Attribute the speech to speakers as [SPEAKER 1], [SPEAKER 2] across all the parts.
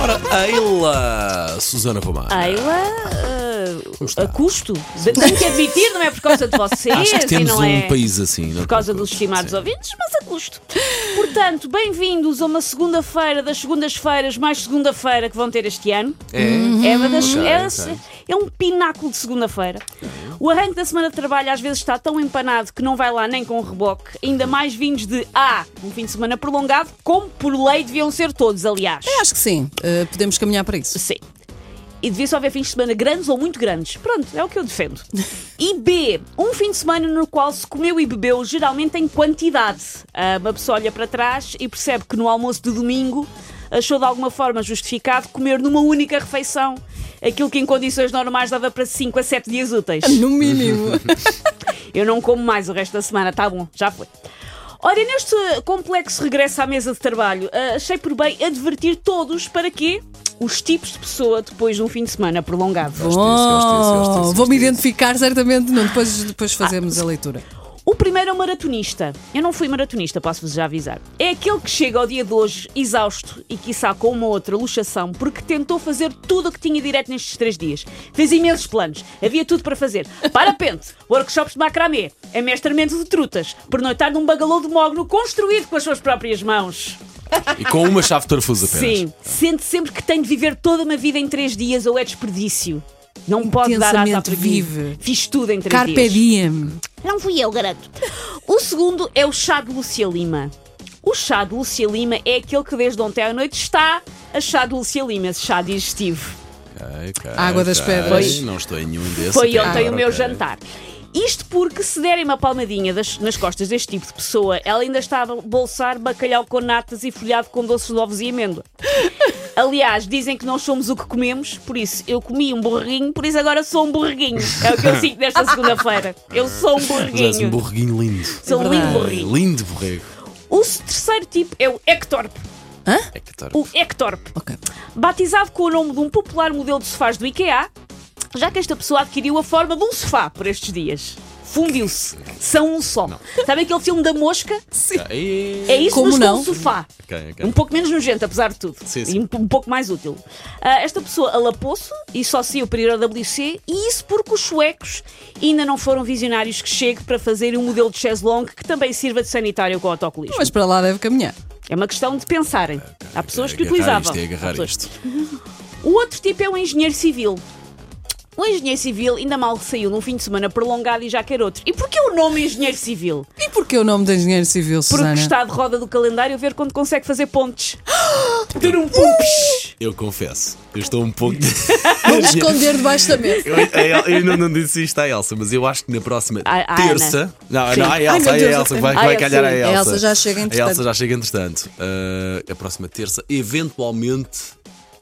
[SPEAKER 1] Ora, Ayla, Susana Romar.
[SPEAKER 2] Ayla,
[SPEAKER 1] está?
[SPEAKER 2] ah, a custo. De- Tenho que admitir, não é por causa de vocês
[SPEAKER 1] Acho que
[SPEAKER 2] e
[SPEAKER 1] temos
[SPEAKER 2] não
[SPEAKER 1] um
[SPEAKER 2] é
[SPEAKER 1] país assim.
[SPEAKER 2] por causa dos estimados ouvintes, mas a custo. Portanto, bem-vindos a uma segunda-feira das segundas-feiras, mais segunda-feira que vão ter este ano.
[SPEAKER 1] É?
[SPEAKER 2] É, uma das-
[SPEAKER 1] Ok,
[SPEAKER 2] é-
[SPEAKER 1] ok.
[SPEAKER 2] é um pináculo de segunda-feira. O arranque da semana de trabalho às vezes está tão empanado que não vai lá nem com reboque. Ainda mais vindos de A, um fim de semana prolongado, como por lei deviam ser todos, aliás.
[SPEAKER 3] Acho que sim, eh, podemos caminhar para isso.
[SPEAKER 2] Sim. E devia só haver fins de semana grandes ou muito grandes. Pronto, é o que eu defendo. E B, um fim de semana no qual se comeu e bebeu, geralmente em quantidade. Ah, uma pessoa olha para trás e percebe que no almoço de domingo achou de alguma forma justificado comer numa única refeição aquilo que em condições normais dava para 5 a 7 dias úteis.
[SPEAKER 3] No mínimo.
[SPEAKER 2] Eu não como mais o resto da semana, tá bom, já foi. Ora, neste complexo regresso à mesa de trabalho, ah, achei por bem advertir todos para que os tipos de pessoa depois de um fim de semana prolongado.
[SPEAKER 1] disso, gosto disso, gosto disso,
[SPEAKER 3] Oh, Vou-me identificar certamente, não. Depois, depois fazemos a leitura.
[SPEAKER 2] O primeiro é o maratonista. Eu não fui maratonista, posso-vos já avisar. É aquele que chega ao dia de hoje exausto e, quiçá, com uma outra luxação, porque tentou fazer tudo o que tinha direto nestes três dias. Fez imensos planos, havia tudo para fazer. Parapente, workshops de macramê, amestramento de trutas, pernoitar num bagalô de mogno construído com as suas próprias mãos.
[SPEAKER 1] E com uma chave de parafuso apenas.
[SPEAKER 2] Sim, sente sempre que tem de viver toda uma vida em três dias ou é desperdício. Não pode dar asa à
[SPEAKER 3] Intensamente
[SPEAKER 2] preguiça.
[SPEAKER 3] vive.
[SPEAKER 2] Fiz tudo em três
[SPEAKER 3] Carpe
[SPEAKER 2] dias.
[SPEAKER 3] diem.
[SPEAKER 2] Não fui eu, garanto. O segundo é o chá de Lucia Lima. O chá de Lucia Lima é aquele que desde ontem à noite está a chá de Lucia Lima, esse chá digestivo.
[SPEAKER 1] Ok, ok,
[SPEAKER 3] Água das
[SPEAKER 1] ok.
[SPEAKER 3] pedras.
[SPEAKER 1] Não estou em nenhum desses.
[SPEAKER 2] Foi
[SPEAKER 1] até
[SPEAKER 2] ontem
[SPEAKER 1] agora,
[SPEAKER 2] o meu
[SPEAKER 1] ok.
[SPEAKER 2] jantar. Isto porque se derem uma palmadinha das- nas costas deste tipo de pessoa, ela ainda está a bolsar bacalhau com natas e folhado com doces de ovos e amêndoa. Aliás, dizem que nós somos o que comemos, por isso eu comi um borreguinho, por isso agora sou um borreguinho. É o que eu sinto nesta segunda-feira. Eu sou um
[SPEAKER 1] Mas é um
[SPEAKER 2] borreguinho.
[SPEAKER 1] borreguinho lindo. É
[SPEAKER 2] Sou um lindo
[SPEAKER 3] Verdade.
[SPEAKER 2] borreguinho.
[SPEAKER 1] Lindo borrego.
[SPEAKER 2] O terceiro tipo é o Ectorp.
[SPEAKER 1] É que tar-
[SPEAKER 2] O Ectorp,
[SPEAKER 3] Ok.
[SPEAKER 2] batizado com o nome de um popular modelo de sofás do IKEA, já que esta pessoa adquiriu a forma de um sofá por estes dias. Fundiu-se. São um só. Sabem aquele filme da mosca?
[SPEAKER 1] Ei,
[SPEAKER 2] É isso,
[SPEAKER 3] Como
[SPEAKER 2] mas com
[SPEAKER 3] não?
[SPEAKER 2] um sofá.
[SPEAKER 1] Ok, ok.
[SPEAKER 2] Um pouco menos nojento, apesar de tudo.
[SPEAKER 1] Sim,
[SPEAKER 2] E
[SPEAKER 1] sim.
[SPEAKER 2] um, um pouco mais útil. Ah, esta pessoa alapou-se e só saiu para ir ao WC, e isso porque os suecos ainda não foram visionários que chegue para fazer um modelo de chaise longue que também sirva de sanitário com autocolismo.
[SPEAKER 3] Mas para lá deve caminhar.
[SPEAKER 2] É uma questão de pensarem. Há pessoas que
[SPEAKER 1] agarrar
[SPEAKER 2] utilizavam.
[SPEAKER 1] Isto, é
[SPEAKER 2] Há
[SPEAKER 1] agarrar
[SPEAKER 2] pessoas.
[SPEAKER 1] isto.
[SPEAKER 2] O outro tipo é o engenheiro civil. O engenheiro civil ainda mal saiu num fim de semana prolongado e já quer outro. E porquê o nome engenheiro civil?
[SPEAKER 3] E porquê o nome de engenheiro civil,
[SPEAKER 2] Porque
[SPEAKER 3] Susana?
[SPEAKER 2] está de roda do calendário a ver quando consegue fazer pontes. Ter um pumps.
[SPEAKER 1] Eu confesso, eu estou um pouco.
[SPEAKER 3] Vou-me esconder debaixo da mesa.
[SPEAKER 1] Eu, a El- eu não, não disse isto à Elsa, mas eu acho que na próxima
[SPEAKER 3] Ah,
[SPEAKER 2] À- à
[SPEAKER 1] terça. Não,
[SPEAKER 2] Sim.
[SPEAKER 1] não, à Elsa,
[SPEAKER 3] meu
[SPEAKER 1] à
[SPEAKER 3] Deus,
[SPEAKER 1] Elsa, que vai,
[SPEAKER 2] à
[SPEAKER 1] vai
[SPEAKER 2] Elsa,
[SPEAKER 1] calhar à
[SPEAKER 2] sim.
[SPEAKER 1] Elsa.
[SPEAKER 3] A Elsa já chega
[SPEAKER 1] A
[SPEAKER 3] entretanto.
[SPEAKER 1] Elsa já chega entretanto. Ah, a próxima terça, eventualmente,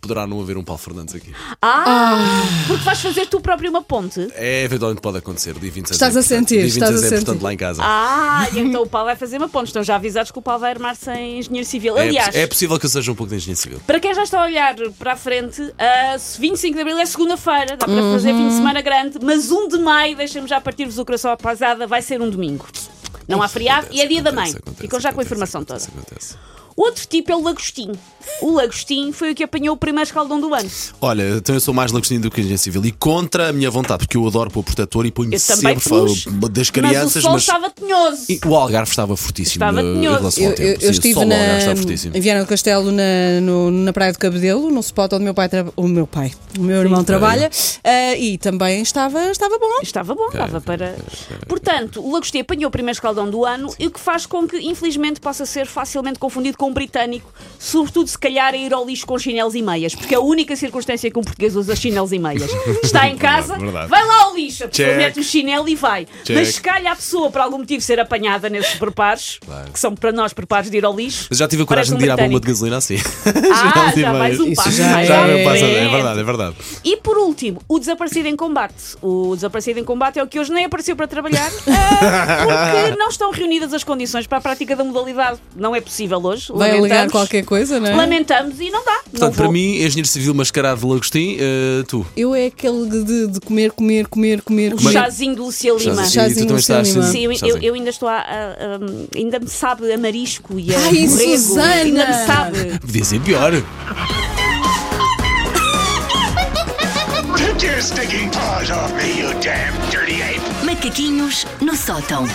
[SPEAKER 1] poderá não haver um Paulo Fernandes aqui.
[SPEAKER 2] Ah, Porque vais fazer tu próprio uma ponte.
[SPEAKER 1] É, eventualmente pode acontecer. Dia 26
[SPEAKER 3] Estás
[SPEAKER 1] é
[SPEAKER 3] a
[SPEAKER 1] importante.
[SPEAKER 3] sentir,
[SPEAKER 1] Dia 26
[SPEAKER 3] estás a
[SPEAKER 1] é
[SPEAKER 3] sentir.
[SPEAKER 1] importante lá em casa.
[SPEAKER 2] Ah, e então o Paulo vai fazer uma ponte. Estão já avisados que o Paulo vai armar-se em engenheiro civil.
[SPEAKER 1] É
[SPEAKER 2] Aliás,
[SPEAKER 1] poss- é, possível que eu seja um pouco de engenheiro civil.
[SPEAKER 2] Para quem já está a olhar para a frente, ah, se 25 de Abril é segunda-feira, dá para fazer fim
[SPEAKER 1] Uhum.
[SPEAKER 2] de semana grande, mas 1 de Maio, deixem-me já partir-vos o coração à pasada, vai ser um domingo. Não há feriado e é dia da mãe.
[SPEAKER 1] Acontece, acontece,
[SPEAKER 2] Ficam já com a
[SPEAKER 1] acontece,
[SPEAKER 2] informação
[SPEAKER 1] acontece,
[SPEAKER 2] toda.
[SPEAKER 1] acontece.
[SPEAKER 2] Outro tipo é o Lagostim. O Lagostim foi o que apanhou o primeiro escaldão do ano.
[SPEAKER 1] Olha, então eu sou mais lagostinho do que engenheiro civil e contra a minha vontade, porque eu adoro pôr protetor e ponho
[SPEAKER 2] Eu também
[SPEAKER 1] sempre
[SPEAKER 2] pus,
[SPEAKER 1] fa- das crianças,
[SPEAKER 2] mas o sol estava tinhoso.
[SPEAKER 1] E o Algarve estava fortíssimo
[SPEAKER 2] Estava
[SPEAKER 1] eh, em
[SPEAKER 2] tinhoso.
[SPEAKER 1] relação
[SPEAKER 3] Eu,
[SPEAKER 1] ao
[SPEAKER 3] eu-
[SPEAKER 1] tempo.
[SPEAKER 3] eu
[SPEAKER 1] Sim, o
[SPEAKER 3] estive
[SPEAKER 1] sol
[SPEAKER 3] na,
[SPEAKER 1] ao Algarve estava fortíssimo.
[SPEAKER 3] em Viana do Castelo, na, no- na Praia do Cabedelo, num spot onde o meu pai, tra- o meu, pai, o meu irmão trabalha, eh, e também estava, estava bom.
[SPEAKER 2] Estava bom, dava para. Portanto, o Lagostim apanhou o primeiro escaldão do ano, e o que faz com que, infelizmente, possa ser facilmente confundido com um britânico, sobretudo se calhar a ir ao lixo com chinelos e meias, porque é a única circunstância que um português usa chinelos e meias. Está em casa,
[SPEAKER 1] Verdade, verdade.
[SPEAKER 2] vai lá ao lixo, a pessoa
[SPEAKER 1] Check.
[SPEAKER 2] mete o chinelo e vai.
[SPEAKER 1] Check.
[SPEAKER 2] Mas se calhar a pessoa, por algum motivo, ser apanhada nesses preparos,
[SPEAKER 1] Claro.
[SPEAKER 2] que são para nós preparos de ir ao lixo.
[SPEAKER 1] Mas já tive a coragem
[SPEAKER 2] parece um
[SPEAKER 1] de ir à bomba de
[SPEAKER 2] britânico.
[SPEAKER 1] gasolina assim.
[SPEAKER 2] Ah,
[SPEAKER 1] tive
[SPEAKER 2] já vais
[SPEAKER 1] mais.
[SPEAKER 2] um
[SPEAKER 3] Isso
[SPEAKER 2] passo.
[SPEAKER 3] já
[SPEAKER 2] mais
[SPEAKER 1] Já
[SPEAKER 2] à
[SPEAKER 1] era um passo, é
[SPEAKER 2] frente.
[SPEAKER 1] verdade, é verdade.
[SPEAKER 2] E por último, o desaparecido em combate. O desaparecido em combate é o que hoje nem apareceu para ah, trabalhar, eh, porque não estão reunidas as condições para a prática da modalidade. Não é possível hoje.
[SPEAKER 3] Vai
[SPEAKER 2] Lamentamos.
[SPEAKER 3] alegar qualquer coisa, não é?
[SPEAKER 2] Lamentamos e não dá. não
[SPEAKER 1] Portanto,
[SPEAKER 2] vou.
[SPEAKER 1] para mim, engenheiro civil mascarado de Lagostim, eh, tu.
[SPEAKER 3] Eu é aquele de, de comer, comer, comer, comer,
[SPEAKER 2] O
[SPEAKER 3] comer.
[SPEAKER 2] chazinho de Lucia Lima.
[SPEAKER 3] Chazinho.
[SPEAKER 1] E tu também
[SPEAKER 3] Luciano
[SPEAKER 1] estás
[SPEAKER 3] Lima.
[SPEAKER 2] Sim, eu, eu-
[SPEAKER 1] Chazinho.
[SPEAKER 2] eu ainda estou a, a- a- Ainda me sabe a marisco e a.
[SPEAKER 3] Ai,
[SPEAKER 2] borrego,
[SPEAKER 3] Susana!
[SPEAKER 2] Ainda me sabe.
[SPEAKER 1] Podia ser pior.
[SPEAKER 4] Take your stinking paws off me, you damn dirty ape!
[SPEAKER 5] Macaquinhos no sótão.